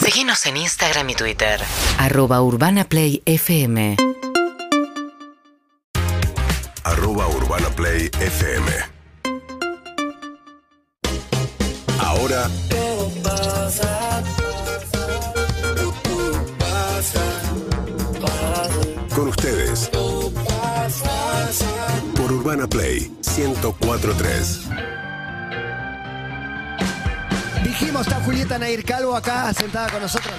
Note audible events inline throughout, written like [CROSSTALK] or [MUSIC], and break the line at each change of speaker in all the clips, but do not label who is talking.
Seguinos en Instagram y Twitter.
Arroba Urbana Play FM.
arroba Urbana Play FM. Ahora con ustedes por Urbana Play 1043.
Dijimos, está Julieta Nair Calvo acá, sentada con nosotros.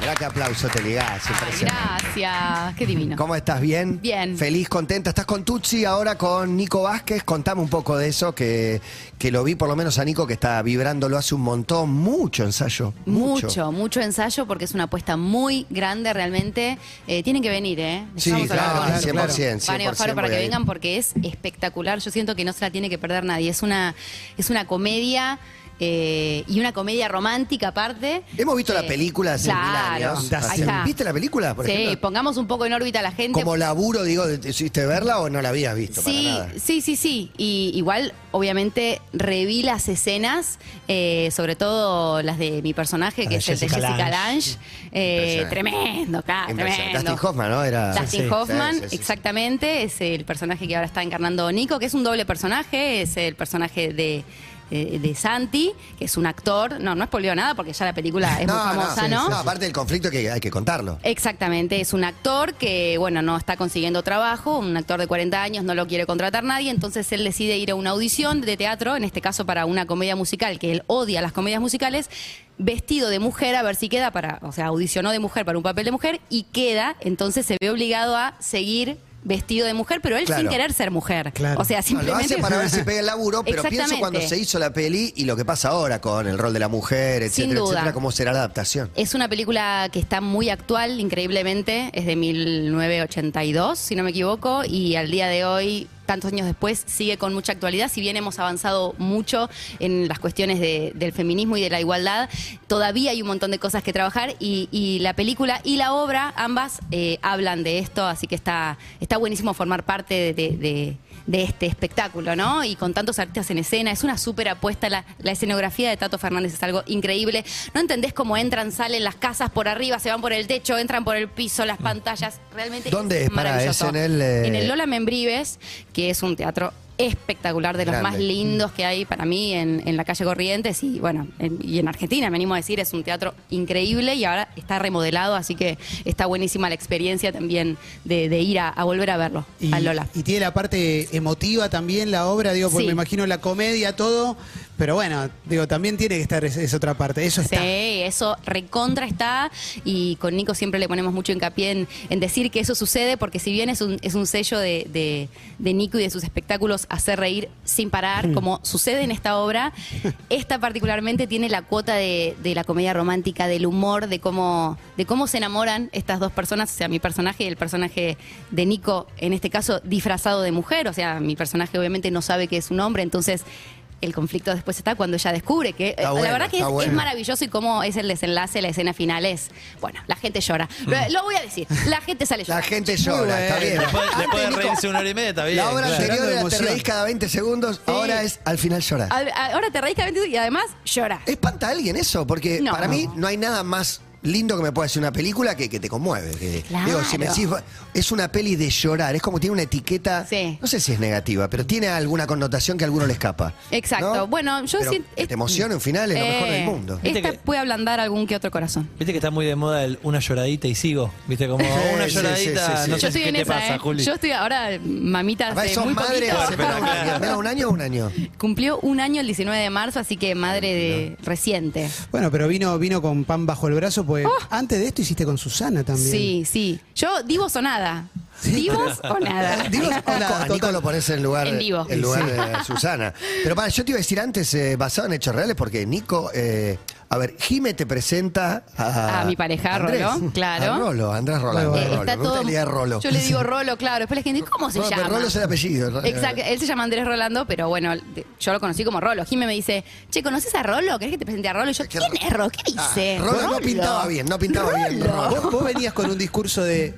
Mirá qué aplauso te ligás, impresionante.
Gracias, qué divino.
¿Cómo estás? ¿Bien?
Bien.
Feliz, contenta. Estás con Tucci, ahora con Nico Vázquez. Contame un poco de eso, que, que lo vi por lo menos a Nico, que está vibrándolo hace un montón, mucho ensayo.
Mucho. mucho, ensayo porque es una apuesta muy grande realmente. Eh, tienen que venir, ¿eh? Les
Sí,
vamos a hablar
claro,
con-
100%, 100%,
Mario Faro para
voy
que
a ir.
vengan porque es espectacular. Yo siento que no se la tiene que perder nadie. Es una, es una comedia eh, y una comedia romántica aparte.
Hemos visto la
Eh,
película hace
claro,
mil años.
ahí
Hace-
está.
¿Viste la película, por
sí,
ejemplo?
pongamos un poco en órbita a la gente.
Como laburo, digo, ¿hiciste verla o no la habías visto
Sí,
para nada?
sí, sí, sí. Y igual, obviamente, reví las escenas, eh, sobre todo las de mi personaje,
La
que
de
es el de
Jessica
Jessica
Lange.
Lange. Eh,
Impresionante.
tremendo, claro,
Impresionante.
ah, tremendo.
Dustin Hoffman, ¿no? Era...
Dustin
Sí, sí.
Sí,
Hoffman,
sí, sí, sí.
exactamente, es el personaje que ahora está encarnando Nico, que es un doble personaje, es el personaje de, eh, de Santi, que es un actor, no, no es nada porque ya la película es muy famosa, ¿no?
No, aparte del conflicto que hay que contarlo.
Exactamente, es un actor que, bueno, no está consiguiendo trabajo, un actor de 40 años, no lo quiere contratar nadie, entonces él decide ir a una audición de teatro, en este caso para una comedia musical, que él odia las comedias musicales, vestido de mujer a ver si queda para, o sea, audicionó de mujer para un papel de mujer y queda, entonces se ve obligado a seguir vestido de mujer, pero él
Claro.
sin querer ser mujer.
Claro.
O sea,
No, lo
Eh, simplemente...
hace para ver si pega el laburo, pero pienso cuando
Exactamente.
se hizo la peli y lo que pasa ahora con el rol de la mujer,
Sin
etcétera,
duda.
etcétera, cómo será la adaptación.
Es una película que está muy actual, increíblemente, es de 1982, si no me equivoco, y al día de hoy, tantos años después, sigue con mucha actualidad. Si bien hemos avanzado mucho en las cuestiones de- del feminismo y de la igualdad, todavía hay un montón de cosas que trabajar y, y la película y la obra, ambas, eh, hablan de esto, así que está, está buenísimo formar parte de... de- de este espectáculo, ¿no? Y con tantos artistas en escena, es una súper apuesta. La, la escenografía de Tato Fernández es algo increíble. No entendés cómo entran, salen las casas por arriba, se van por el techo, entran por el piso, las pantallas. Realmente
¿Dónde es? Pará,
maravilloso.
es en el, eh,
En el Lola Membrives, que es un teatro espectacular, de
Grande.
los más lindos que hay para mí en, en la calle Corrientes y bueno, en- y en Argentina, me animo a decir, es un teatro increíble y ahora está remodelado, así que está buenísima la experiencia también de, de ir a, a volver a verlo,
Y,
a Lola.
y tiene la parte emotiva también la obra, digo, porque
Sí.
me imagino la comedia, todo. Pero bueno, digo, también tiene que estar es- esa otra parte. Eso está.
Sí, eso recontra está y con Nico siempre le ponemos mucho hincapié en, en decir que eso sucede porque si bien es un, es un sello de, de- de Nico y de sus espectáculos hacer reír sin parar,
Mm.
como sucede en esta obra, esta particularmente tiene la cuota de, de la comedia romántica, del humor, de cómo, de cómo se enamoran estas dos personas, o sea, mi personaje y el personaje de Nico, en este caso disfrazado de mujer, o sea, mi personaje obviamente no sabe que es un hombre, entonces... El conflicto después está cuando ella descubre que
Está
eh,
bueno,
la verdad que es,
está
es
bueno.
maravilloso y cómo es el desenlace, la escena final es. Bueno, la gente llora. Lo, lo voy a decir, la gente sale
Mm. La
llorando.
gente llora, está bien.
Después,
Ah,
Antes,
después de
Nico,
reírse una hora y media, está bien.
la obra
claro.
anterior
Llorando de
era te
emoción.
reís cada 20 segundos, ahora es al final llorar.
A- a- Ahora te reís cada 22 y además llora.
¿Espanta a alguien eso? Porque
No.
para mí no hay nada más lindo que me pueda hacer una película que, que te conmueve. que-
Claro.
Digo, si me decís, es una peli de llorar, es como tiene una etiqueta,
Sí.
no sé si es negativa, pero tiene alguna connotación que a alguno le escapa.
Exacto.
¿no?
Bueno, yo
Pero
siento-
que te emociona un final, es lo mejor
Eh,
del mundo.
Viste
Esta
que-
puede ablandar algún que otro corazón.
Viste que está muy de moda el una lloradita y sigo. Viste como una
sí,
lloradita.
sí, sí, sí.
No
Yo
sé
estoy
qué
en
te
esa,
pasa,
¿eh?
Juli.
Yo estoy ahora, mamita,
Además,
hace
sos
eh, muy
madre
poquito.
hace
Pero
poco,
claro.
¿menos un año o un año?
Cumplió un año el 19 de marzo, así que madre de reciente.
Bueno, pero vino, vino con pan bajo el brazo, pues antes de esto hiciste con Susana también.
Oh. Sí, sí. Yo, divos o nada. Divos
[LAUGHS]
o nada.
Divos o
Nico, a
nada,
Nico
total.
lo pones en lugar,
En vivo.
en lugar
[LAUGHS]
de Susana. Pero para, yo te iba a decir antes, eh, basado en hechos reales, porque Nico, eh, a ver, Jime te presenta a,
A mi pareja,
Andrés,
Rolo, claro.
A Rolo, Andrés Rolando.
Eh,
Rolo, me
Está
gusta
todo-
la idea de Rolo.
Yo le
[LAUGHS]
digo Rolo, claro. Después la gente dice, ¿cómo se
Rolo, pero
llama?
Rolo es el apellido.
Exacto, él se llama Andrés Rolando, pero bueno, de- yo lo conocí como Rolo. Jimé me dice, che, ¿conoces a Rolo? ¿Querés que te presente a Rolo? Y yo, ¿quién es Rolo? ¿Qué dice?
Ah, Rolo no pintaba bien, no pintaba bien, Rolo.
¿Vos, vos venías con un discurso de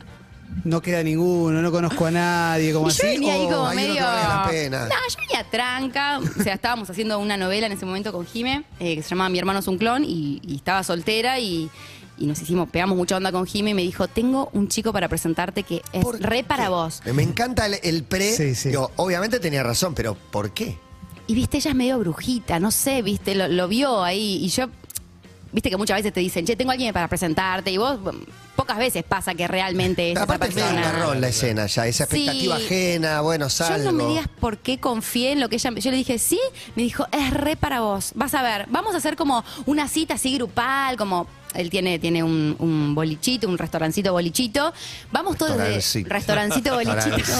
no queda ninguno, no conozco a nadie, como
Y
así.
yo
oh,
venía ahí
o-
como
ahí uno
medio.
que vale la pena.
No, yo venía tranca. O sea, estábamos haciendo una novela en ese momento con Jime, eh, que se llamaba Mi hermano es un clon, y, y estaba soltera y. y nos hicimos, pegamos mucha onda con Jimmy y me dijo, tengo un chico para presentarte que es
¿Por
re para
qué?
vos.
Me encanta el, el pre.
Sí, sí.
Digo, obviamente tenía razón, pero ¿por qué?
Y viste, ella es medio brujita, no sé, viste, lo, lo vio ahí y yo, viste que muchas veces te dicen, che, tengo alguien para presentarte y vos, mm, pocas veces pasa que realmente es
Aparte es
esa
medio un
persona.
garrón la escena ya, esa
Sí.
expectativa ajena, bueno,
Yo
salgo.
no me digas por qué confié en lo que ella. Yo le dije, sí, me dijo, es re para vos. Vas a ver, vamos a hacer como una cita así grupal, como. Él tiene, tiene un, un bolichito, un restaurancito bolichito. Vamos todos de
Restaurancito. [LAUGHS]
restaurancito bolichito.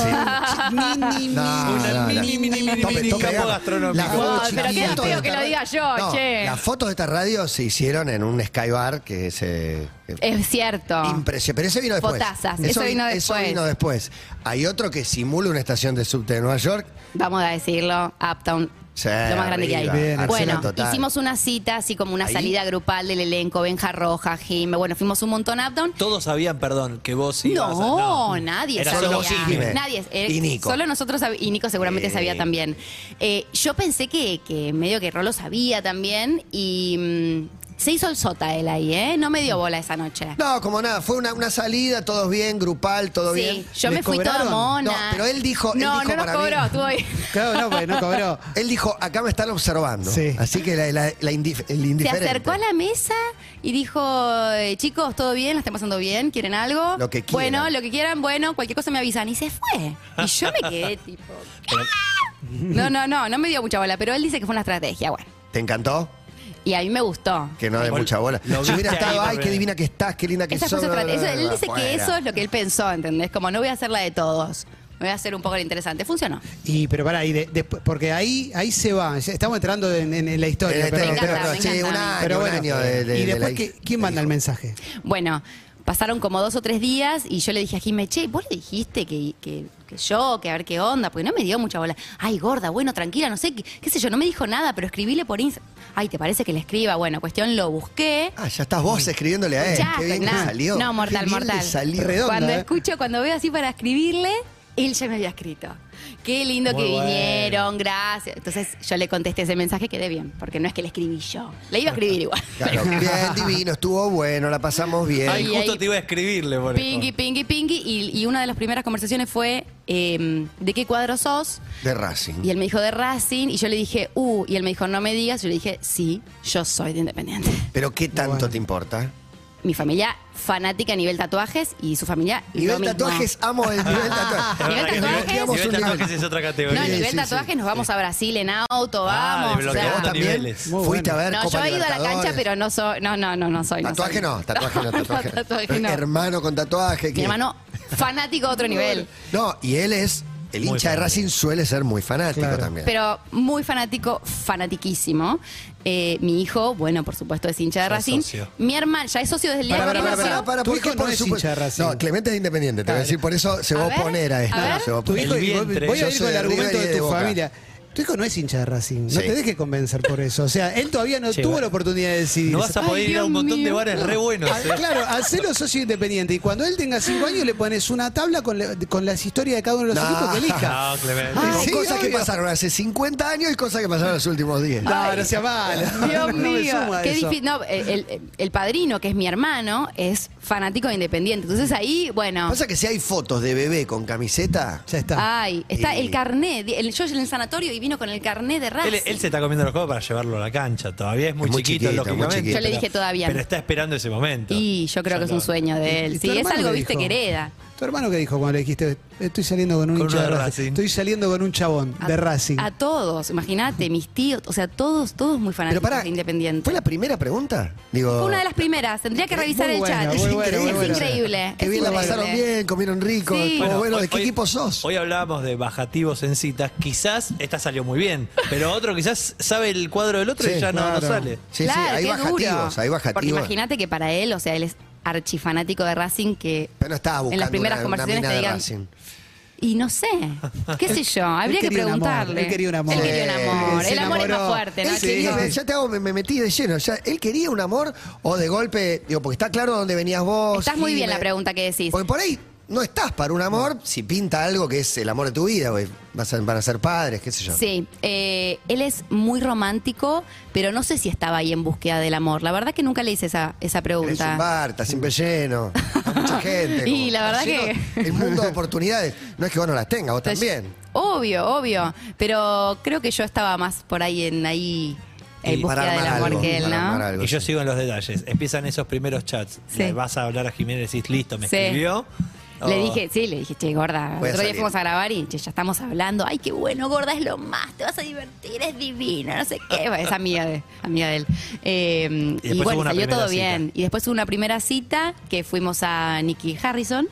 Ni, ni, ni.
No,
Una
no, no.
mini, mini, mini,
Tope,
mini
tope,
campo
gama.
gastronómico.
Las
No,
fotos
pero qué
chiquititas
feo
de
que lo
esta
diga yo,
radio-
che.
Las fotos de esta radio se hicieron en un skybar que se...
[LAUGHS] es cierto.
Impresionante, pero ese vino después.
Fotazas, eso
vi-
vino después.
Eso vino después. Hay otro que simula una estación de subte de Nueva York.
Vamos a decirlo, Uptown.
Sí,
lo más grande
arriba,
que hay.
Bien,
bueno,
acción total.
hicimos una cita, así como una
Ahí.
salida grupal del elenco, Benja Roja, Jimé. Bueno, fuimos un montón a Uptown.
Todos sabían, perdón, que vos ibas a-
No, nadie
Era
sabía.
solo
vos y Jimé.
Nadie. eh,
Y Nico.
Solo nosotros sab- y Nico seguramente
Eh.
sabía también. Eh, yo pensé que, que medio que Rolo sabía también y mm, se hizo el sota él ahí, ¿eh? No me dio bola esa noche.
No, como nada, fue una, una salida, todos bien, grupal, todo
Sí,
bien.
yo
¿Les
me fui toda
cobraron?
mona.
No, pero él dijo, él
no,
dijo
no nos
para mí-
cobró, estuvo bien.
Claro, no, pues no cobró.
Él dijo, acá me están observando.
Sí.
Así que la, la- la indif- el
Se
indiferente.
acercó a la mesa y dijo, eh, chicos, ¿todo bien? ¿La están pasando bien? ¿Quieren algo?
Lo que quieran.
Bueno, lo que quieran, bueno, cualquier cosa me avisan. Y se fue. Y yo me quedé [LAUGHS] tipo...
Pero-
No, no, no, no me dio mucha bola, pero él dice que fue una estrategia, bueno.
¿Te encantó?
Y a mí me gustó.
Que no de
Igual,
mucha bola.
lo
Si hubiera
viste
estado,
ahí,
ay, qué
porque-
divina que estás, qué linda que
Esa
sos.
fue su
bla, bla,
estrategia.
bla,
Eso- Él
bla,
dice que
fuera.
eso es lo que él pensó, ¿entendés? Como no voy a hacer la de todos. Me voy a hacer un poco la interesante. Funcionó.
Y pero pará, y de- después- porque ahí, ahí se va. Estamos entrando en, en- en la historia.
Eh, te-
pero-
encanta,
pero-
me
pero- sí,
encanta,
un
me
año,
pero
un
bueno,
año de- de- de
y después,
la-
¿qué- ¿quién manda el mensaje?
Bueno, pasaron como dos o tres días y yo le dije a Jimé, che, vos le dijiste que, que- que yo, que a ver qué onda, porque no me dio mucha bola. Ay, gorda, bueno, tranquila, no sé, qué, qué sé yo, no me dijo nada, pero escribile por Instagram. Ay, ¿te parece que le escriba? Bueno, cuestión, lo busqué.
Ah, ya estás vos escribiéndole a él.
Ya,
qué bien que
no,
salió.
no, mortal,
Qué bien le
mortal.
salió.
Redondo.
Cuando
eh.
escucho, cuando veo así para escribirle, él ya me había escrito. Qué lindo
Muy
que
bueno.
vinieron, gracias. Entonces yo le contesté ese mensaje, quedé bien, porque no es que le escribí yo. Le iba a
[LAUGHS]
escribir igual. [LAUGHS]
Claro, bien divino, estuvo bueno, la pasamos bien.
Ay,
Y
justo
ahí-
te iba a escribirle por
Pingui, pingui, pingui. Y, y una de las primeras conversaciones fue, eh, ¿de qué cuadro sos?
De Racing.
Y él me dijo, de Racing. Y yo le dije, uh. Y él me dijo, no me digas. Yo le dije, sí, yo soy de Independiente.
Pero ¿qué tanto
Bueno.
te importa?
Mi familia fanática a nivel tatuajes y su familia
Nivel
lo mismo.
tatuajes, amo
[LAUGHS]
el nivel tatuajes.
Nivel
Nivel
tatuajes.
Digamos un
tatuajes es otra
No,
categoría.
a nivel
Sí, sí,
tatuajes nos vamos a Brasil en auto,
Ah,
vamos.
de
¿Que
o sea,
bloquear
vos también
niveles.
Muy
fuiste
bueno.
a ver
no,
Copa
yo he ido a la
Libertadores?
cancha, pero no soy, no, no, no, no soy. [LAUGHS] no
Tatuaje
soy.
no, tatuaje no, tatuaje no.
tatuaje no.
Hermano con tatuaje.
Mi
que- [LAUGHS]
hermano fanático a otro nivel.
No, y él es, el
Muy
hincha de
fanático.
Racing suele ser muy fanático
Claro.
también.
Pero muy fanático, fanatiquísimo. Eh, mi hijo, bueno, por supuesto, es hincha de
Ya es
Racing.
socio.
Mi hermano, ya es socio desde el día
Para,
que
para, para,
nació.
para, para,
Tu
porque
hijo no
por
es
supuesto-
hincha de Racing.
No, Clemente es independiente, te voy a decir, por eso se
A
va a
ver,
oponer a esto.
a ver.
se va a
Tu
oponer.
hijo,
El
y voy-
vientre.
voy
Yo
a ir
soy
con el
de River
argumento
y
de,
de
tu
Boca.
familia. Tu hijo no es hincha de Racing, no
Sí.
te dejes convencer por eso. O sea, él todavía no
Che,
tuvo
vale.
la oportunidad de decidir.
No vas a
Ay,
poder ir a un
Dios
montón de
mío.
bares re buenos.
Ah,
eh.
Claro, hacelo socio independiente. Y cuando él tenga cinco años, le pones una tabla con, la- con las historias de cada uno de los
No.
equipos que
[LAUGHS]
elija.
No, Clemente.
Digo,
Ah, Sí,
cosas que
obvio.
pasaron hace 50 años y cosas que pasaron en los últimos 10.
No, no sea malo.
Dios
[LAUGHS] No me
mío,
sumo a
qué
eso.
difícil. No, el, el- el padrino, que es mi hermano, es fanático de Independiente. Entonces ahí, bueno,
Pasa que si hay fotos de bebé con camiseta,
Ya está.
ay, está
Y-
el carné. El, yo en el sanatorio y vino con el carné de Racing.
Él, él se está comiendo los cocos para llevarlo a la cancha. Todavía es muy,
Es muy
chiquito,
chiquito, muy
lógicamente.
chiquito. Yo
le
pero-
dije todavía no.
Pero está esperando ese momento.
y yo creo
Ya
que es
lo-
un sueño de él.
¿Y tu
Sí, es
hermano
algo,
qué
viste,
dijo?
que hereda.
¿Tu hermano qué dijo cuando le dijiste, estoy saliendo con un
Con
hincha
uno
de
de
Racing?
Racing.
Estoy saliendo con un chabón
A-
de Racing.
A todos, imagínate, mis tíos, o sea, todos, todos muy
Pero
fanáticos
para
de Independiente.
¿Fue la primera pregunta? Digo,
Fue una de las primeras, tendría que
Muy
revisar el
buena,
chat.
muy buena,
es
muy buena.
increíble.
Qué
es
bien la
increíble.
pasaron bien, comieron rico.
Sí.
como, Bueno, ¿de
hoy-
qué
hoy-
equipo sos?
Hoy hablábamos de bajativos en citas. Quizás esta salió muy bien, pero otro quizás sabe el cuadro del otro
Sí,
y ya no- no,
claro.
sale.
sí, sí,
Claro,
hay
qué duro.
bajativos, hay
Porque
bajativos.
imagínate que para él, o sea, él es archifanático de Racing que
Pero no estaba buscando
en las primeras
una, una
conversaciones
mina
te
de
digan
Racing.
y no sé, qué sé yo, habría que
quería un amor,
preguntarle.
él quería un amor.
Él quería un
Sí,
amor,
se
el amor es más
enamoró.
fuerte, ¿no?
Él
Sí.
quería,
chicos?
ya te hago, me, me metí de lleno. Ya, ¿Él quería un amor o de golpe? Digo, porque está claro dónde venías vos.
Estás muy
y
bien
me-
la pregunta que decís.
Porque por ahí no estás para un amor si pinta algo que es el amor de tu vida, güey. Vas a- van a ser padres, qué sé yo.
Sí, eh, él es muy romántico, pero no sé si estaba ahí en búsqueda del amor. La verdad que nunca le hice esa, esa
Es un
pregunta.
bar, está siempre lleno, hay
[LAUGHS]
mucha gente.
Y
como-
la verdad
está lleno
que-
El mundo de oportunidades. No es que vos no las tengas, vos también.
Obvio, obvio. Pero creo que yo estaba más por ahí en ahí en
Y
Para
búsqueda del
armar
amor
algo,
que él,
para armar
¿no?
algo,
Y yo
sí.
sigo en los detalles. Empiezan esos primeros chats.
Sí.
Le vas a hablar a Jiménez y decís, listo, me
Sí.
escribió. Oh,
Le
O-
dije, sí, le dije, che, gorda, el
Voy a
otro día
salir.
fuimos a grabar y che, ya estamos hablando. Ay, qué bueno, gorda, es lo más, te vas a divertir, es divino, no sé qué. Bueno, Es amiga de, amiga de él. Eh, y,
después hubo
bueno,
una
salió
primera
todo
cita.
bien. Y después hubo una primera cita que fuimos a Nicky Harrison.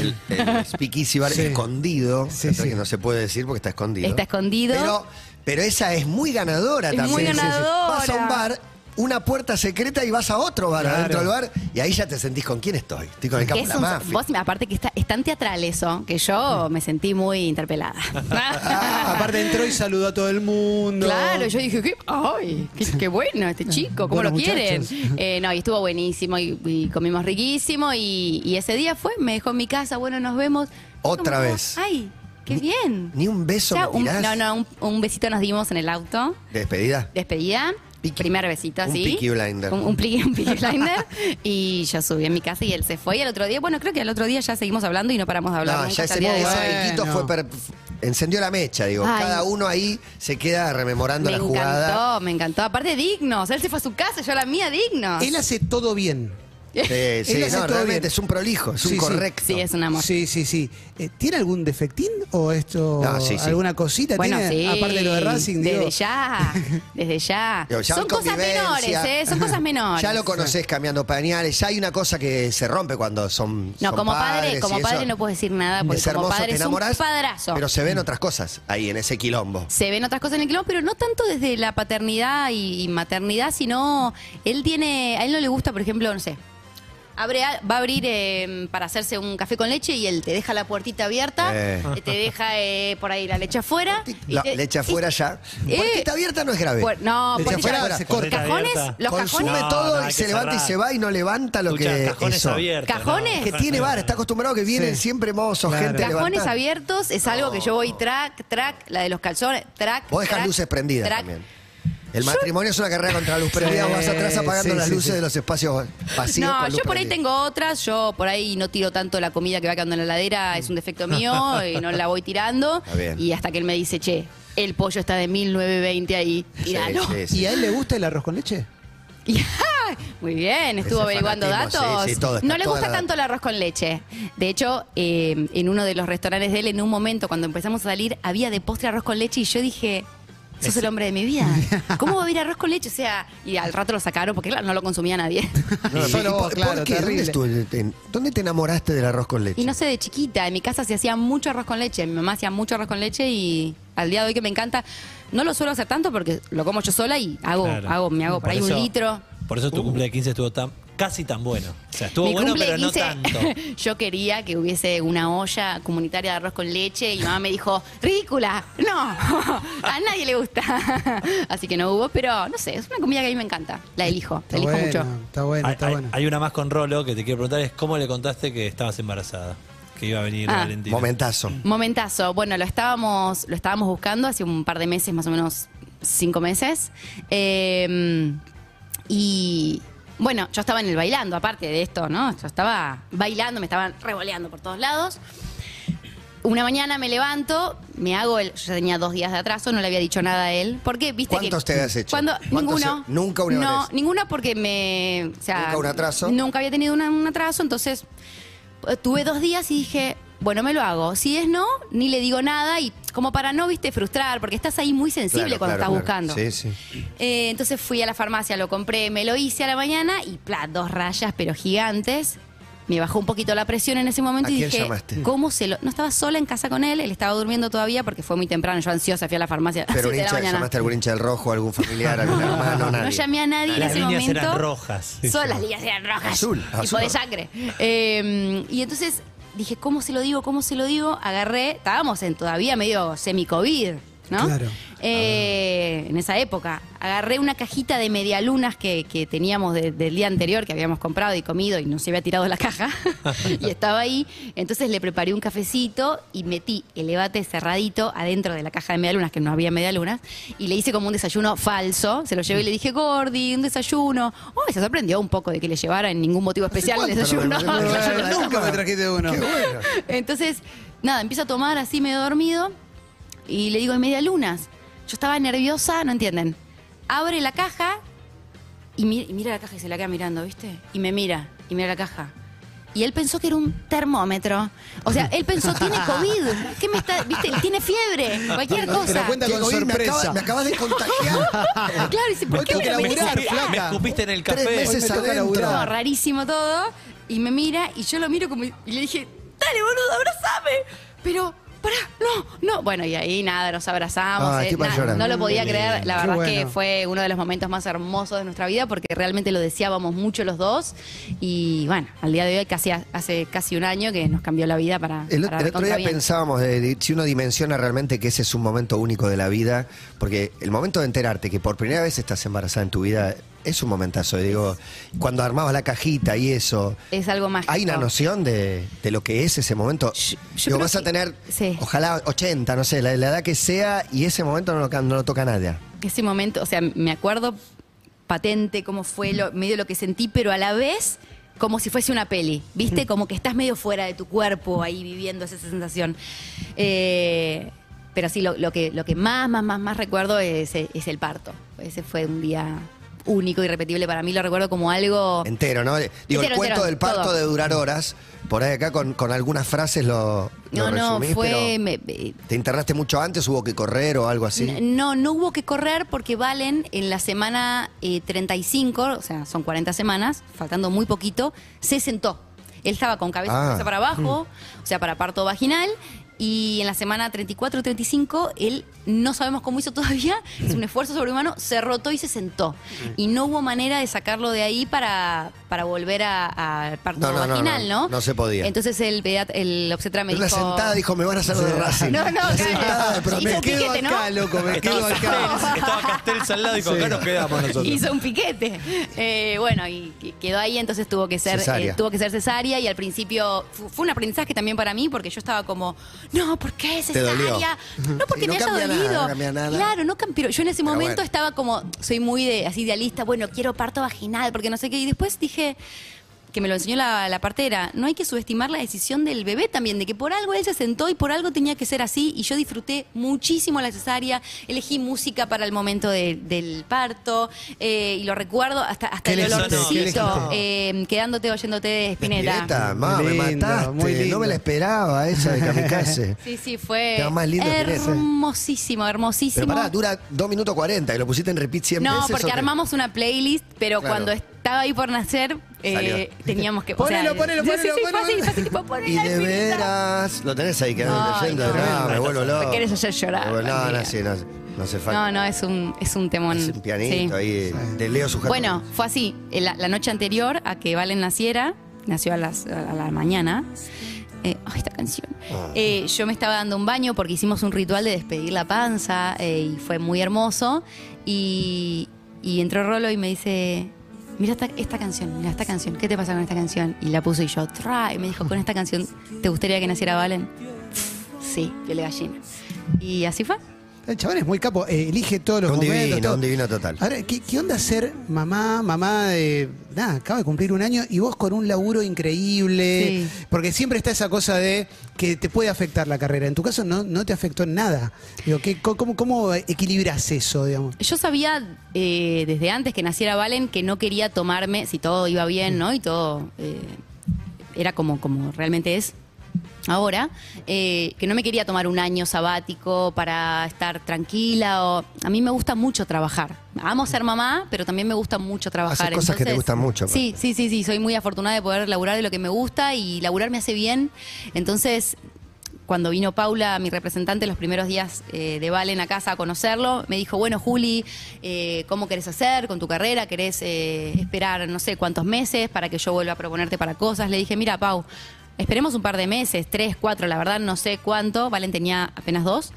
El,
[LAUGHS]
el speakeasy bar
Sí.
escondido.
Sí,
otra
sí.
que no se puede decir porque está escondido.
Está escondido.
Pero, pero esa es muy ganadora
Es
también.
muy
Sí, sí, sí.
ganadora.
Vas a un bar, una puerta secreta y vas a otro bar
Claro.
adentro del bar y ahí ya te sentís con quién estoy. Estoy con el
Que
capo
es
de la Mm.
un-
mafia.
vos, aparte que está, es tan teatral eso, que yo me sentí muy interpelada.
[LAUGHS] Ah,
Aparte entró y saludó a todo el mundo.
Claro, yo dije, ¿qué? ¡Ay! ¡Qué, qué
[LAUGHS]
bueno este chico! ¿Cómo
Buenos
lo quieren?
muchachos.
[LAUGHS] Eh, no, y estuvo buenísimo y, y comimos riquísimo y, y ese día fue, me dejó en mi casa, bueno, nos vemos. Fue
Otra
como,
vez.
¡Ay! ¡Qué bien!
Ni un beso
Ya,
me
un-
tirás.
No, no, un, un besito nos dimos en el auto.
¿De despedida?
Despedida.
Piqui-
primer besito,
un
así.
Peaky Blinder.
Un, un pli- un Peaky blinder. [LAUGHS] y yo subí a mi casa y él se fue. Y al otro día, bueno, creo que al otro día ya seguimos hablando y no paramos de hablar.
No,
nunca
ya ese
hasta el día de
modo
hoy.
Iquito
Bueno.
fue per- encendió la mecha, digo.
Ay.
Cada uno ahí se queda rememorando
Me
la jugada.
encantó, me encantó. Aparte, dignos. Él se fue a su casa, yo a la mía, dignos.
Él hace todo bien.
[LAUGHS]
Sí, Eh, sí,
Él hace
no,
todo
realmente
bien.
es un prolijo, es
Sí,
un
sí.
correcto.
Sí, es un amor.
Sí, sí, sí. Eh, ¿Tiene algún defectín o esto?
No, sí, sí.
¿Alguna cosita?
Bueno,
¿Tiene?
sí.
Aparte de lo de Racing,
Desde
[LAUGHS]
digo.
ya, desde ya.
Digo, ya
Son
hay
cosas
convivencia.
menores, ¿eh?
[LAUGHS]
Son cosas menores.
Ya lo conoces cambiando pañales, ya hay una cosa que se rompe cuando son.
No,
son
como
padres
padre,
y
como
eso.
padre no puedo decir nada, porque
es hermoso,
como padre
te
es un
enamorás,
padrazo.
Pero se ven otras cosas ahí en ese quilombo.
se ven otras cosas en el quilombo, pero no tanto desde la paternidad y, y maternidad, sino él tiene, a él no le gusta, por ejemplo, no sé, abre a- va a abrir eh, para hacerse un café con leche y él te deja la puertita abierta,
Eh.
eh, te deja eh, por ahí la leche afuera. y
La,
te-
le echa
y-
afuera ya.
Eh,
Puertita abierta no es grave.
Puer- no,
Le echa
puertita
afuera,
abierta.
se corta.
cajones,
Abierta.
los
Consume
cajones,
No,
todo
no,
y
hay
se
que
levanta y
cerrar.
se va y no levanta lo
Escuchá,
que.
cajones
eso.
abiertos. no.
¿Cajones?
Que tiene bar, está acostumbrado que vienen siempre mozos,
Claro.
gente
Cajones
levantada.
abiertos es algo que yo voy track, track, la de los calzones, track.
Oh. Vos dejás
track,
luces prendidas
track.
también. El matrimonio es una carrera contra la luz prendida,
Sí,
vas atrás apagando
sí,
las
sí,
luces
sí.
de los espacios vacíos.
No,
con luz
yo por ahí
prendida.
tengo otras, yo por ahí no tiro tanto la comida que va quedando en la heladera, es un defecto mío y no la voy tirando.
Mm. Está bien.
Y hasta que él me dice, che, el pollo está de 1920 ahí, tiralo.
Sí, sí, sí.
¿Y a él le gusta el arroz con leche?
Y, ¡ah! Muy bien, estuvo
Ese
averiguando
fanatismo,
datos.
sí, sí, todo, está
no le
toda
gusta
la
tanto el arroz con leche. De hecho, eh, en uno de los restaurantes de él, en un momento cuando empezamos a salir, había de postre arroz con leche y yo dije... Sos el hombre de
[LAUGHS]
mi vida. ¿Cómo va a haber arroz con leche? O sea, y al rato lo sacaron porque claro, no lo
[LAUGHS]
consumía nadie.
No,
Sí.
solo vos,
¿Por- claro,
¿por qué? ¿Dónde,
terrible.
estuvo el- en- dónde te enamoraste del arroz con leche?
Y no sé, de chiquita, en mi casa se hacía mucho arroz con leche, mi mamá hacía mucho arroz con leche y al día de hoy que me encanta, no lo suelo hacer tanto porque lo como yo sola y hago,
Claro.
hago, me hago por, ahí
eso-
un litro.
Por eso
Uh.
tu cumple de 15 estuvo tan, casi tan bueno. O sea, estuvo
Mi
bueno,
cumple
pero no
15, [LAUGHS]
tanto.
yo quería que hubiese una olla comunitaria de arroz con leche y mi mamá me dijo, ridícula, no, [LAUGHS] a nadie le gusta. [LAUGHS] Así que no hubo, pero no sé, es una comida que a mí me encanta, la elijo, la elijo
bueno,
mucho.
Está bueno,
hay,
está
hay-
bueno.
hay una más con Rolo que te quiero preguntar, es cómo le contaste que estabas embarazada, que iba a venir
Ah.
Valentina.
Momentazo.
Momentazo. Bueno, lo estábamos, lo estábamos buscando hace un par de meses, más o menos cinco meses. Eh, y bueno, yo estaba en el bailando, aparte de esto, ¿no? Yo estaba bailando, me estaban revoleando por todos lados. Una mañana me levanto, me hago el. Yo tenía dos días de atraso, no le había dicho nada a él. Porque, viste
¿Cuántos
que.
te habías hecho?
Cuando-
¿Cuántos
ninguno.
se- nunca una
No,
vez?
ninguna porque me. o sea,
Nunca un atraso.
Nunca había tenido una- un atraso, entonces tuve dos días y dije, bueno, me lo hago. Si es no, ni le digo nada y como para no, viste, frustrar, porque estás ahí muy sensible
Claro,
cuando
claro,
estás
claro.
buscando.
Sí, sí.
Eh, entonces fui a la farmacia, lo compré, me lo hice a la mañana y pla, dos rayas, pero gigantes. Me bajó un poquito la presión en ese momento
¿A
y
quién
dije,
llamaste?
¿cómo se lo...? No estaba sola en casa con él, él estaba durmiendo todavía porque fue muy temprano, yo ansiosa fui a la farmacia a las
Pero un
siete de la
hincha,
mañana.
llamaste a algún hincha del rojo, algún familiar, algún hermano, nadie.
No llamé a nadie en
Las
ese
líneas
momento.
eran rojas.
Son las líneas eran rojas.
Azul,
Tipo
azul.
de sangre. Eh, y entonces dije, ¿cómo se lo digo? ¿Cómo se lo digo? Agarré, estábamos en todavía medio semi-COVID, ¿no?
Claro.
eh, en esa época. Agarré una cajita de medialunas que, que teníamos de- del día anterior, que habíamos comprado y comido y no se había tirado la caja. [LAUGHS] y estaba ahí. Entonces le preparé un cafecito y metí el debate cerradito adentro de la caja de medialunas, que no había medialunas. Y le hice como un desayuno falso. Se lo llevé y le dije, Gordi, un desayuno. Oh, y se sorprendió un poco de que le llevara en ningún motivo especial el
¿Cuánto?
desayuno.
Pero me- me- me-
Desayuno
me-
de
Nunca me trajiste uno.
Qué bueno.
[LAUGHS] entonces, nada, empiezo a tomar así medio dormido y le digo, en media lunas. Yo estaba nerviosa, no entienden. Abre la caja y, mi- y mira la caja y se la queda mirando, ¿viste? Y me mira, y mira la caja. Y él pensó que era un termómetro. O sea, él pensó, tiene COVID. ¿Qué me está.? ¿Viste? Tiene fiebre. Cualquier
Te lo
cosa.
cuenta
Qué
con
COVID, me,
sorpresa.
acaba- me acabas de contagiar.
[LAUGHS]
Claro, dice,
Me
¿por qué
tengo
me
que
lo
laburar,
pensás?
flaca. Me escupiste en el café.
Tres meses
Hoy me toca
adentro.
No,
laburar.
rarísimo todo. Y me mira y yo lo miro como. Y le dije, dale, boludo, abrazame. Pero, pará, no, no. Bueno, y ahí nada, nos abrazamos.
Ah,
eh,
qué para
na-
llorar.
no lo podía
Qué
creer.
lindo.
La
Qué
verdad es que
bueno.
fue uno de los momentos más hermosos de nuestra vida porque realmente lo deseábamos mucho los dos. Y bueno, al día de hoy, casi ha- hace casi un año que nos cambió la vida para.
El,
para
otro- el otro
recontra
día
bien.
pensábamos, de- de- si uno dimensiona realmente que ese es un momento único de la vida, porque el momento de enterarte que por primera vez estás embarazada en tu vida es un momentazo. Y Digo, cuando armabas la cajita y eso,
Es algo mágico.
hay una noción de, de lo que es ese momento.
Ah. Yo- yo
Digo,
creo
vas a
que-
tener,
sí.
ojalá 80, no sé, la, la edad que sea, y ese momento no lo, can- no lo toca nadie.
ese momento, o sea, me acuerdo patente cómo fue, lo, medio lo que sentí, pero a la vez como si fuese una peli, ¿viste? Como que estás medio fuera de tu cuerpo ahí viviendo esa sensación. Eh, pero sí, lo, lo que, lo que más, más, más, más recuerdo es, es el parto. Ese fue un día único, irrepetible para mí, lo recuerdo como algo...
Entero, ¿no? Digo, el
Entero,
cuento
entero,
del parto
todo.
de durar horas, por ahí acá con, con algunas frases lo, lo
No, no,
resumís,
fue...
pero
me- me-
¿Te internaste mucho antes? ¿Hubo que correr o algo así?
N- No, no hubo que correr porque Valen en la semana eh, 35, o sea, son 40 semanas, faltando muy poquito, se sentó. Él estaba con cabeza
Ah. Mm.
puesta para abajo, o sea, para parto vaginal. Y en la semana 34-35, él, no sabemos cómo hizo todavía, es
[LAUGHS]
un esfuerzo sobrehumano, se rotó y se sentó. Y no hubo manera de sacarlo de ahí para, para volver a- al parto
No, no, no,
vaginal,
no,
¿no?
no se podía.
Entonces el, pediat- el obstetra me
Una
dijo...
sentada dijo, me van a hacer de Racing.
No, no,
Una
claro.
sentada de promedio.
Hizo
Me quedo
piquete, ¿no?
acá, loco, me quedo
Estaba
acá.
Castells, estaba Castells al lado y con acá nos quedamos nosotros.
Hizo un piquete. Eh, bueno, y que- quedó ahí, entonces tuvo que ser
Cesárea.
eh, tuvo que ser cesárea y al principio fu- fue un aprendizaje también para mí porque yo estaba como, no, ¿por qué
dolió.
cesárea? No porque
Y no
me haya
cambia nada,
dolido.
no cambia nada.
Claro, no cambió. Yo en ese
Pero
momento
bueno.
estaba como, soy muy de, así idealista, bueno, quiero parto vaginal, porque no sé qué. Y después dije, que me lo enseñó la, la partera, no hay que subestimar la decisión del bebé también, de que por algo él se sentó y por algo tenía que ser así, y yo disfruté muchísimo la cesárea, elegí música para el momento de- del parto, eh, y lo recuerdo hasta, hasta
¿Qué
el
elegiste?
¿Qué
olorcito,
elegiste?
eh, quedándote oyéndote de
Espineta,
Espineta.
ma, me
Muy lindo,
mataste.
muy lindo.
No me la esperaba esa de
[LAUGHS]
Kamikaze.
Sí, sí, fue
Quedó más lindo Spinetta.
hermosísimo, hermosísimo.
Pero pará, dura 2 minutos 40 y lo pusiste en repeat 100
No,
veces. ¿o
porque
qué?
armamos una playlist, pero
Claro.
cuando estaba ahí por nacer, eh, teníamos que.
Ponelo, ponelo,
sí,
ponelo,
sí, sí,
ponelo.
fácil, fácil, tipo, ponela
Y de
infinita.
veras. Lo tenés ahí quedando
Ay,
leyendo.
no.
No, me vuelvo loco.
Me querés hacer llorar,
Me vuelvo- No, no,
Matías.
sí, no, no hace
No,
falta.
no, es un, es un temón.
Es un pianito
Sí.
ahí. Te leo su
Bueno, fue así. Eh, La, la noche anterior a que Valen naciera, nació a, las, a la mañana. eh, ay, esta canción. Eh, yo me estaba dando un baño porque hicimos un ritual de despedir la panza eh, y fue muy hermoso. Y, y entró Rolo y me dice. Mira esta, esta canción, mira esta canción, ¿qué te pasa con esta canción? Y la puso y yo, tra, y me dijo, con esta canción, ¿te gustaría que naciera Valen? Sí, que le gallina. Y así fue.
El chaval es muy capo, eh, elige todos los
Un
momentos.
divino,
todo.
un divino total.
Ahora, ¿qué, qué onda ser mamá, mamá de... Nada, acaba de cumplir un año y vos con un laburo increíble.
Sí.
Porque siempre está esa cosa de que te puede afectar la carrera. En tu caso no, no te afectó en nada. Digo, ¿qué- co- cómo, ¿Cómo equilibras eso, digamos?
Yo sabía eh, desde antes que naciera Valen que no quería tomarme, si todo iba bien, ¿no? Y todo eh, era como, como realmente es ahora, eh, que no me quería tomar un año sabático para estar tranquila. O, a mí me gusta mucho trabajar. Amo ser mamá, pero también me gusta mucho trabajar.
Haces cosas que te gustan mucho, aparte.
Sí, sí, sí, sí. Soy muy afortunada de poder laburar de lo que me gusta y laburar me hace bien. Entonces, cuando vino Paula, mi representante, los primeros días eh, de Valen a casa a conocerlo, me dijo, bueno, Juli, eh, ¿cómo querés hacer con tu carrera? ¿Querés eh, esperar no sé cuántos meses para que yo vuelva a proponerte para cosas? Le dije, mira, Pau, esperemos un par de meses, tres, cuatro, la verdad no sé cuánto, Valen tenía apenas dos.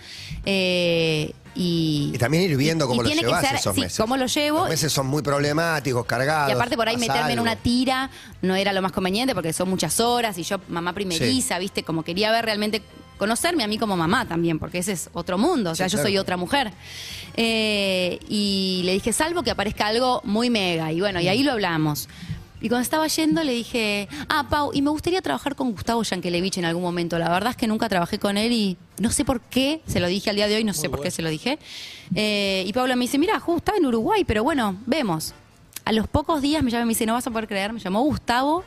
Eh, y...
Y también ir viendo cómo
y
lo
tiene que
llevas
ser-
esos
sí,
meses.
cómo lo llevo.
Los meses son muy problemáticos, cargados.
Y aparte por ahí
haz
meterme en
algo.
una tira no era lo más conveniente porque son muchas horas y yo mamá primeriza, viste, como quería ver realmente conocerme a mí como mamá también, porque ese es otro mundo, o sea,
Sí,
yo
claro.
soy otra mujer. Eh, y le dije, salvo que aparezca algo muy mega, y bueno, y ahí lo hablamos. Y cuando estaba yendo le dije, ah, Pau, y me gustaría trabajar con Gustavo Yankelevich en algún momento. La verdad es que nunca trabajé con él y no sé por qué, se lo dije al día de hoy, no sé por qué se lo dije. Eh, y Paula me dice, mira, justo estaba en Uruguay, pero bueno, vemos. A los pocos días me llama y me dice, no vas a poder creer, me llamó Gustavo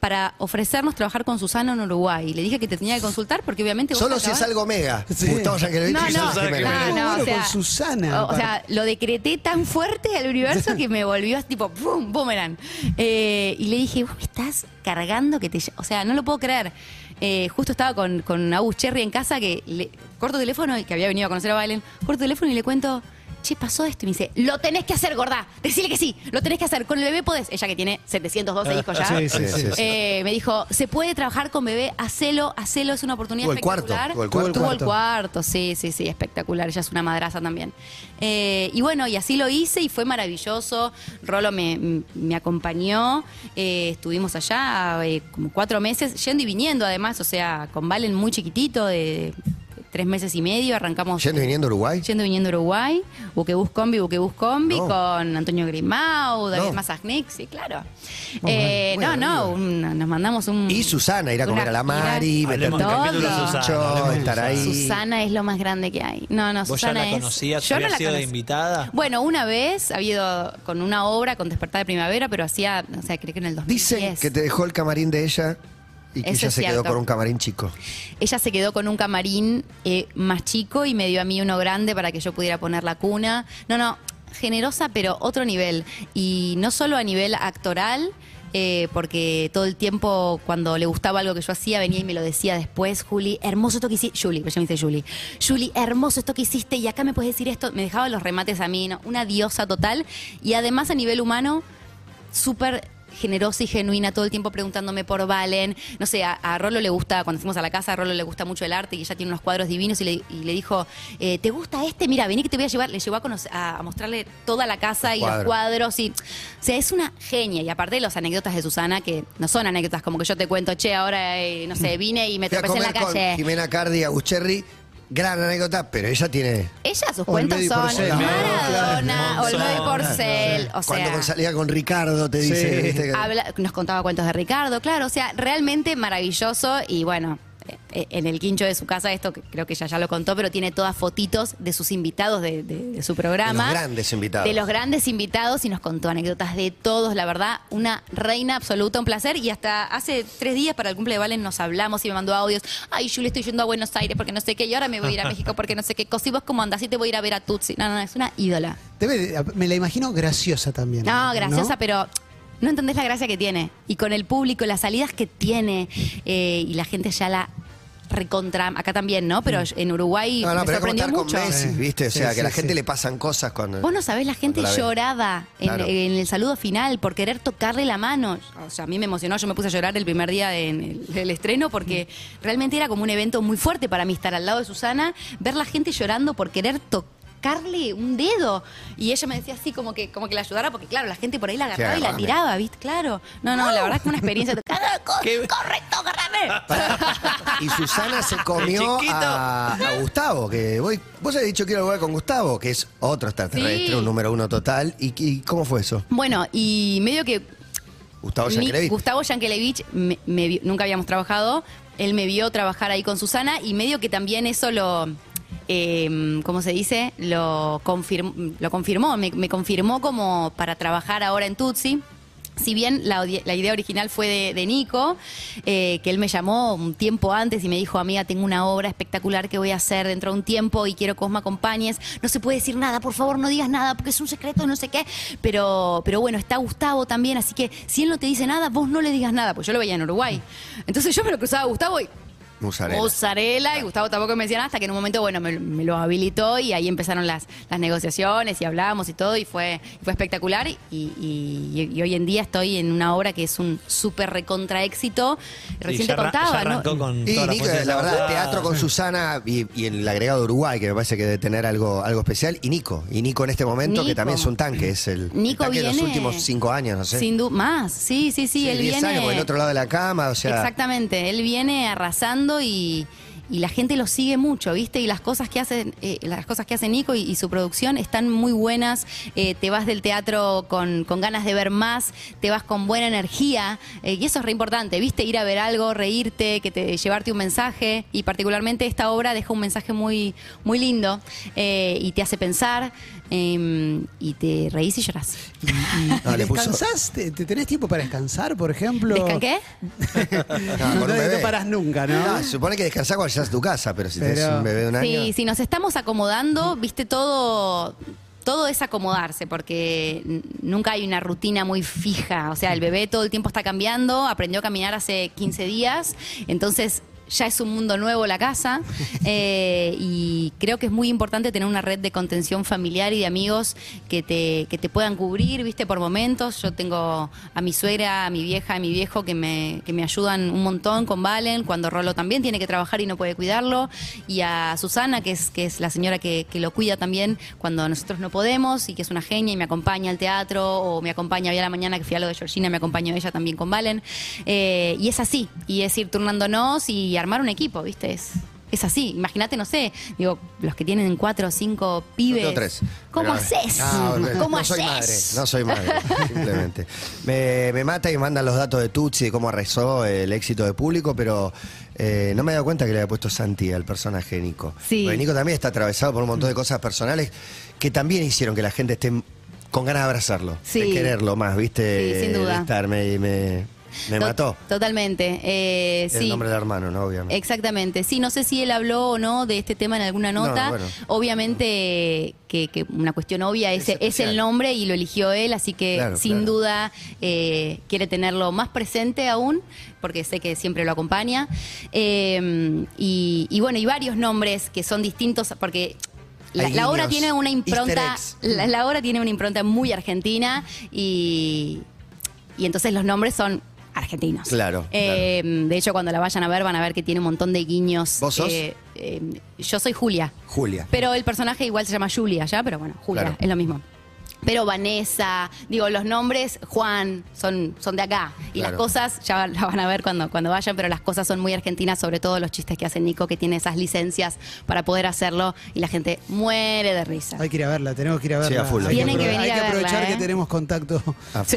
para ofrecernos trabajar con Susana en Uruguay. Y le dije que te tenía que consultar porque obviamente... vos
Solo si
acabás-
es algo mega.
Sí.
Gustavo Yankelevich
no,
y
no,
Susana Jiménez.
Ah, no, no,
Bueno,
o sea,
con Susana.
o- o sea, lo decreté tan fuerte al universo que me volvió así, tipo, ¡pum! ¡Boomerang! Eh, y le dije, vos me estás cargando que te... ll- O sea, no lo puedo creer. Eh, justo estaba con, con Agus Cherry en casa que le, corto teléfono, y que había venido a conocer a Valen, corto teléfono y le cuento... Che, pasó esto y me dice, lo tenés que hacer, gorda. Decile que sí, lo tenés que hacer. Con el bebé podés. Ella que tiene 712 hijos ya.
Sí, sí, sí, sí.
Eh, me dijo, se puede trabajar con bebé, hacelo, hacelo, es una oportunidad
Tuvo el cuarto,
espectacular.
tuvo el
Tuvo
cuarto.
el cuarto, sí, sí, sí, espectacular. Ella es una madraza también. Eh, y bueno, y así lo hice y fue maravilloso. Rolo me, mm, me acompañó, eh, estuvimos allá eh, como cuatro meses, yendo y viniendo además, o sea, con Valen muy chiquitito, de tres meses y medio, arrancamos...
Yendo y viniendo a Uruguay.
Yendo y viniendo a Uruguay, Buquebus Combi, Buquebus Combi,
No.
con Antonio Grimau, David
No.
Mazagnik, sí, claro.
Muy
Eh,
bueno,
no, no, un- nos mandamos un...
Y Susana, ir a comer
una
a la Mari,
gira.
meter
Hablemos del capítulo de
Todo.
Susana.
Yo,
hablemos de
estar ahí.
Susana es lo más grande que hay. No, no,
¿Vos ya
Susana
la
es-
conocías?
Yo no
¿Habías
la
sido de
conocí.
invitada?
Bueno, una vez había ido con una obra con Despertar de Primavera, pero hacía, o sea, creo que en el 2010.
Dicen que te dejó el camarín de ella y que
Eso
ella
es
se quedó
cierto.
con un camarín chico.
Ella se quedó con un camarín eh, más chico y me dio a mí uno grande para que yo pudiera poner la cuna. No, no, generosa, pero otro nivel. Y no solo a nivel actoral. eh, porque todo el tiempo cuando le gustaba algo que yo hacía venía y me lo decía después Juli hermoso esto que hiciste Juli pero ya me dice Juli Juli hermoso esto que hiciste y acá me puedes decir esto me dejaba los remates a mí ¿no? una diosa total y además a nivel humano súper generosa y genuina, todo el tiempo preguntándome por Valen. No sé, a, a Rolo le gusta, cuando fuimos a la casa, a Rolo le gusta mucho el arte y ella tiene unos cuadros divinos y le, y le dijo, eh, ¿te gusta este? Mira, vení que te voy a llevar. Le llevó a, conocer- a- a mostrarle toda la casa y los
cuadros.
cuadros. Y, o sea, es una genia. Y aparte de las anécdotas de Susana, que no son anécdotas como que yo te cuento, che, ahora, eh, no sé, vine y me
Fui a
tropecé en la
comer con
calle.
Jimena Cardi y Agus Cherry. Gran anécdota, pero ella tiene...
Ella, sus
Olmedo
cuentos
y
son
Porcel.
Maradona,
Claro.
Olmedo y
Monzón.
Porcel. O sea,
Cuando salía con Ricardo te dice...
Sí.
¿viste?
Habla- nos contaba cuentos de Ricardo, claro, o sea, realmente maravilloso y bueno. eh, En el quincho de su casa, esto que creo que ella ya lo contó, pero tiene todas fotitos de sus invitados de, de- de su programa.
De los grandes invitados.
De los grandes invitados y nos contó anécdotas de todos, la verdad, una reina absoluta, un placer. Y hasta hace tres días para el cumple de Valen nos hablamos y me mandó audios. Ay, Julie, estoy yendo a Buenos Aires porque no sé qué, y ahora me voy a ir a México porque no sé qué cosa. Y vos cómo andás y te voy a ir a ver a Tutsi. No, no, es una ídola.
Debe de- me la imagino graciosa también.
No, graciosa, pero no entendés la gracia que tiene. Y con el público, las salidas que tiene. eh, y la gente ya la recontra. Acá también, ¿no? Pero en Uruguay
No, no,
me
pero es como
sorprendió
estar con
mucho.
Messi, ¿viste? O
Sí,
sea, que
sí,
a la gente
sí.
le pasan cosas cuando...
Vos no sabés, la gente
Cuando la ves.
lloraba en,
Claro.
en el saludo final por querer tocarle la mano. O sea, a mí me emocionó, yo me puse a llorar el primer día en el, del estreno porque
Mm.
realmente era como un evento muy fuerte para mí estar al lado de Susana, ver la gente llorando por querer tocarle un dedo. Y ella me decía así como que, como que la ayudara porque, claro, la gente por ahí la agarraba y la
agarrame.
tiraba, ¿viste? Claro. No, no, la verdad es que
[LAUGHS]
una experiencia.
¿Qué?
¡Correcto, agárrame!
Y Susana se comió
Chiquito.
a, a Gustavo, que voy, vos has dicho que iba a jugar con Gustavo, que es otro extraterrestre,
Sí.
un número uno total. ¿Y, y cómo fue eso?
bueno, y medio que
Gustavo
Mi-
Yankelevich.
Gustavo Yankelevich, me- me vi- nunca habíamos trabajado, él me vio trabajar ahí con Susana y medio que también eso lo, eh, ¿cómo se dice? Lo, confirm- lo confirmó, me, me confirmó como para trabajar ahora en Tutsi. Si bien la, odi- la idea original fue de, de Nico, eh, que él me llamó un tiempo antes y me dijo, amiga, tengo una obra espectacular que voy a hacer dentro de un tiempo y quiero que vos me acompañes. No se puede decir nada, por favor, no digas nada, porque es un secreto, no sé qué. Pero, pero bueno, está Gustavo también, así que si él no te dice nada, vos no le digas nada, porque yo lo veía en Uruguay. Entonces yo me lo cruzaba a Gustavo y...
Mozzarella.
mozzarella, y Gustavo tampoco me decía nada, hasta que en un momento, bueno, me, me lo habilitó y ahí empezaron las, las negociaciones y hablamos y todo, y fue, fue espectacular. Y, y- y hoy en día estoy en una obra que es un súper recontra éxito. Recién
Y ya
te
arran-
contaba,
ya arrancó
¿no?
con
Y
todas las
Nico,
funciones
la verdad,
agotadas.
teatro con Susana y, y el agregado Uruguay, que me parece que debe tener algo, algo especial. Y Nico, y Nico en este momento, que
Nico.
también es un tanque, es el, el
Nico
tanque de los
viene-
últimos cinco años,
¿eh?
no sé.
Sin duda, más, sí, sí, sí, él
10
viene.
años por el otro lado de la cama, o sea.
Exactamente, él viene arrasando y, y la gente lo sigue mucho, ¿viste? Y las cosas que hacen, eh, las cosas que hace Nico y, y su producción están muy buenas. Eh, te vas del teatro con, con ganas de ver más, te vas con buena energía eh, y eso es re importante, ¿viste? Ir a ver algo, reírte, que te llevarte un mensaje y particularmente esta obra deja un mensaje muy muy lindo eh, y te hace pensar em, y te reís y llorás.
Y, y-
[LAUGHS] No,
y
le puso-
descansás, te, te tenés tiempo para descansar, por ejemplo.
¿Descan
[LAUGHS]
qué?
con
no,
un
no
bebé.
paras nunca, ¿no?
No, supone que descansás cuando llegas a tu casa, pero si
Pero-
tenés un bebé de un año.
Sí, sí, nos estamos acomodando, viste, todo, todo es acomodarse, porque n- nunca hay una rutina muy fija. O sea, el bebé todo el tiempo está cambiando, aprendió a caminar hace 15 días, entonces ya es un mundo nuevo la
[LAUGHS]
casa eh, y creo que es muy importante tener una red de contención familiar y de amigos que te, que te puedan cubrir, viste, por momentos. Yo tengo a mi suegra, a mi vieja, a mi viejo que me, que me ayudan un montón con Valen, cuando Rolo también tiene que trabajar y no puede cuidarlo, y a Susana, que es, que es la señora que, que lo cuida también cuando nosotros no podemos y que es una genia y me acompaña al teatro o me acompaña hoy a la mañana que fui a lo de Georgina, me acompañó ella también con Valen. Eh, y es así, y es ir turnándonos y armar un equipo, ¿viste? Es, es así, imagínate, no sé, digo, los que tienen cuatro o cinco pibes.
Yo tengo tres. Pero-
¿Cómo haces?
Ah, ok.
¿Cómo
no soy madre,
haces?
no soy madre, [LAUGHS] simplemente. Me, me mata y me mandan los datos de Tucci, de cómo arrasó eh, el éxito de público, pero eh, no me he dado cuenta que le había puesto Santi al personaje de Nico.
Sí.
Porque Nico también está atravesado por un montón de cosas personales que también hicieron que la gente esté con ganas de abrazarlo, de
Sí.
quererlo más, ¿viste?
Sí, sin duda.
De estar, me, me- me
To-
mató.
Totalmente. eh,
El
sí.
nombre del hermano, ¿no? Obviamente.
Exactamente, sí, no sé si él habló o no de este tema en alguna
No,
nota.
bueno.
Obviamente que, que una cuestión obvia es,
Es
es el
especial.
nombre y lo eligió él, así que
Claro,
sin
claro.
duda eh, quiere tenerlo más presente aún, porque sé que siempre lo acompaña. Eh, y, y bueno, y varios nombres que son distintos, porque... La,
Hay
la obra
guiños,
tiene una
easter
impronta,
eggs.
la, la obra tiene una impronta muy argentina y, y entonces los nombres son argentinos.
Claro,
Eh, De hecho, cuando la vayan a ver, van a ver que tiene un montón de guiños.
¿Vos sos?
Eh, eh, yo soy Julia.
Julia.
Pero el personaje igual se llama Julia, ¿ya? Pero bueno, Julia,
Claro.
es lo mismo. Pero Vanessa, digo, los nombres, Juan, son, son de acá. Y
Claro.
las cosas, ya [LAUGHS] la van a ver cuando, cuando vayan, pero las cosas son muy argentinas, sobre todo los chistes que hace Nico, que tiene esas licencias para poder hacerlo y la gente muere de risa.
Hay que ir a verla, tenemos que ir a verla.
Sí, a full. Ah,
Hay
Tienen que
apro-
venir
hay
a
que
verla,
aprovechar
¿eh?
que tenemos contacto.
Sí.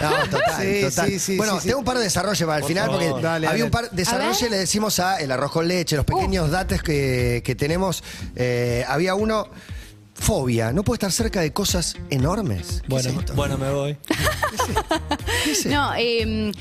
No, total,
Sí,
total.
sí, sí,
bueno,
sí, sí.
tengo un par de desarrollos para el
Por
final,
favor.
porque
Dale,
había
dale.
un par de desarrollos
A
y
ver.
le decimos a el arroz con leche, los pequeños datos que, que tenemos. Eh, había uno, fobia, no puede estar cerca de cosas enormes. ¿Qué es
Bueno,
esto?
bueno, me voy.
[LAUGHS] No, eh,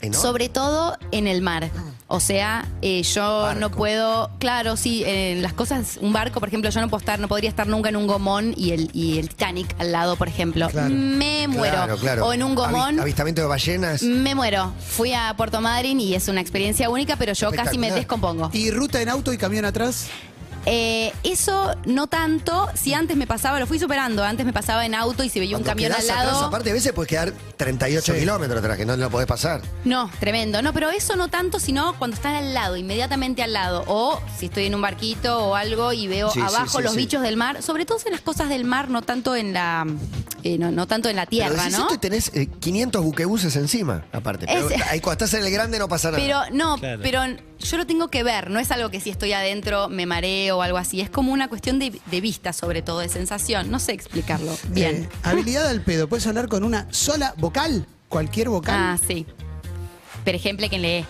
¿Enorme?
Sobre todo en el mar. O sea, eh, yo no
Barco.
puedo, claro, sí, eh, las cosas, un barco, por ejemplo, yo no puedo estar, no podría estar nunca en un gomón y el, y el Titanic al lado, por ejemplo.
Claro.
Me muero.
Claro, claro.
O en un
Avi-
gomón. Mm,
avistamiento de ballenas.
me muero. Fui a Puerto Madryn y es una experiencia única, pero yo casi me
Espectacular.
descompongo.
¿Y ruta en auto y camión atrás?
Eh, eso no tanto. Si antes me pasaba, lo fui superando. Antes me pasaba en auto y si veía un
Cuando
camión
quedás
al lado.
atrás, aparte, a veces puedes quedar 38
Sí.
kilómetros atrás, que no lo podés pasar.
No, tremendo. No, pero eso no tanto, sino cuando están al lado, inmediatamente al lado. O si estoy en un barquito o algo y veo
Sí, sí,
abajo
sí,
los
sí.
bichos del mar, sobre todo en las cosas del mar, no tanto en la, eh, no, no tanto en la
Pero
tierra,
decís
¿no?
esto y tenés eh, 500 buquebuses encima, aparte. Pero
Es-
ahí cuando estás en el grande no pasa nada.
Pero no,
Claro.
pero yo lo tengo que ver, no es algo que si estoy adentro me mareo o algo así, es como una cuestión de, de vista sobre todo, de sensación, no sé explicarlo bien.
Eh, habilidad al pedo. ¿Puedes hablar con una sola vocal? Cualquier vocal.
Ah, sí. Por ejemplo, quien lee.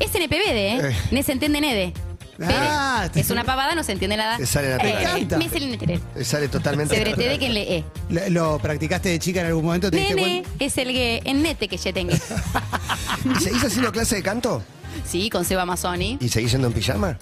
Es NPBD, ¿eh?
Eh.
Ne se entiende nede.
Ah,
Pere. E es una pavada, no se entiende nada.
Te sale la
Eh,
teta.
Me encanta.
Me sale la teta.
Eh, Sale totalmente.
Sobre te de quien lee.
¿Lo, lo practicaste de chica en algún momento? ¿Te diste
Nene
cuenta?
es el que en nete que
[LAUGHS]
yo tengo.
¿Y seguís haciendo clase de canto?
Sí, con Seba Mazzoni.
¿Y seguís yendo en pijama?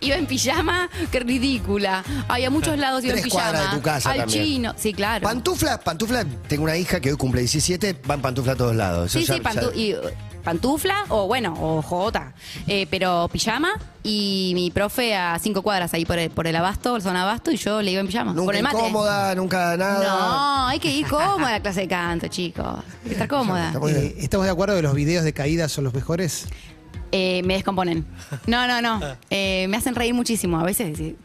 Iba en pijama, qué ridícula. Ay,
[LAUGHS]
a muchos lados iba en
Tres
pijama.
cuadras de tu casa
Al
también.
chino. Sí, claro.
Pantuflas, pantuflas. Tengo una hija que hoy cumple 17, va en pantufla a todos lados. Eso
sí,
ya-
sí, pantu-
ya-
y, uh, pantufla o bueno, o jota, eh, pero pijama y mi profe a cinco cuadras ahí por el, por el abasto, el zona abasto, y yo le iba en pijama, con
Nunca
el mate.
incómoda, nunca nada.
No, hay que ir cómoda a la clase de canto, chicos. Hay que Estar cómoda.
Está muy bien.
Eh, ¿Estamos de acuerdo que los videos de caídas son los mejores?
Eh, me descomponen. No, no, no. Eh, me hacen reír muchísimo. A veces te,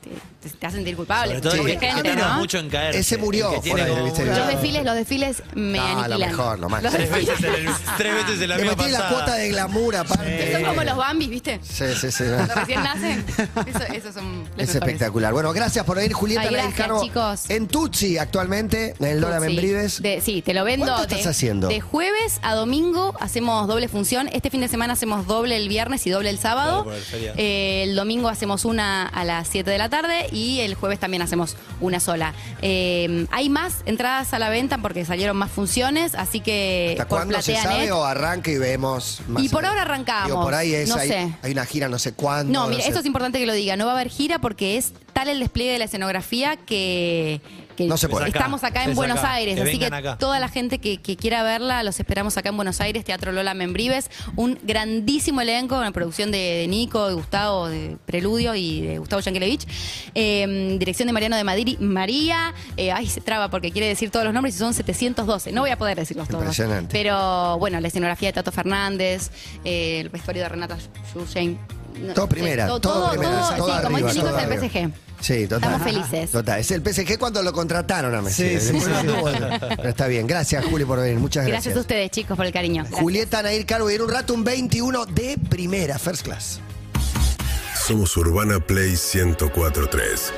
te- te hacen sentir culpable.
Sobre todo el
Pobre
que
gente,
tarda
¿no?
mucho en caer.
Ese murió, por ahí, ¿viste?
[LAUGHS]
Los desfiles, los desfiles me
No, lo
aniquilan.
mejor, lo más.
Los
Tres
desfiles
veces en el- tres veces en la
Le
misma
metí la
pasada.
cuota de glamour
que
aparte.
[LAUGHS] son como los Bambis, ¿viste?
Sí, sí, sí.
Cuando
[LAUGHS]
recién nacen. Eso, esos son los
Es
mejores.
espectacular. Bueno, gracias por venir, Julieta
Ay, gracias,
Narijano,
chicos.
En Tucci, actualmente, en el Dora
Sí,
Membrives.
de- sí, te lo vendo.
¿Cuánto estás
de,
haciendo?
De jueves a domingo hacemos doble función. Este fin de semana hacemos doble el viernes y doble el sábado.
Claro, por el feriado.
Eh, el domingo hacemos una a las 7 de la tarde y el jueves también hacemos una sola. Eh, hay más entradas a la venta porque salieron más funciones, así que
¿Hasta
por
cuándo se
PlateaNet.
sabe o arranca y vemos? más
Y por
o menos?
ahora arrancamos.
Digo, por ahí es,
No
hay,
sé.
hay una gira no sé cuándo.
No, mira,
sé.
esto es importante que lo diga. No va a haber gira porque es tal el despliegue de la escenografía que, que
No se puede.
estamos acá en
Es
Buenos
acá.
Aires.
Que
así que
vengan acá.
toda la gente que, que quiera verla, los esperamos acá en Buenos Aires, Teatro Lola Membrives. Un grandísimo elenco, una producción de, de Nico, de Gustavo, de Preludio y de Gustavo Yankelevich. Eh, dirección de Mariano de Madiri, María. Eh, ay, se traba porque quiere decir todos los nombres y son 712. No voy a poder decirlos todos.
Impresionante.
Pero bueno, la escenografía de Tato Fernández, eh, el vestuario de Renata Yusheng. No,
Todo primera,
sí,
todo,
to- todo,
primera.
todo,
todo
sí, como
arriba,
dice Nico,
todo
es el
arriba.
PSG.
Sí, total.
Estamos felices.
Total, es el PSG cuando lo contrataron a Messi.
Sí, sí,
Después no
sí, sí.
estuvo, bueno. Pero está bien, gracias Juli por venir, muchas
Gracias.
gracias.
a ustedes, chicos, por el cariño. Gracias.
Julieta Nair Caro y en un rato un 21 de primera, first class.
Somos Urbana Play 1043.